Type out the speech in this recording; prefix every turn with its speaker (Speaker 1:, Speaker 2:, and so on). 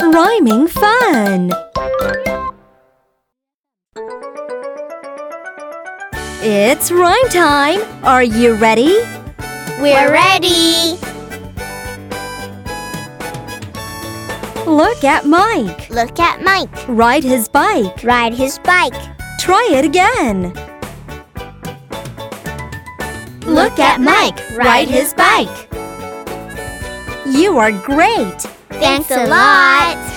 Speaker 1: Rhyming fun! It's rhyme time! Are you ready?
Speaker 2: We're ready.
Speaker 1: Look at Mike.
Speaker 2: Look at Mike.
Speaker 1: Ride his bike.
Speaker 2: Ride his bike.
Speaker 1: Try it again.
Speaker 2: Look at Mike. Ride his bike.
Speaker 1: You are great!
Speaker 2: Thanks a lot.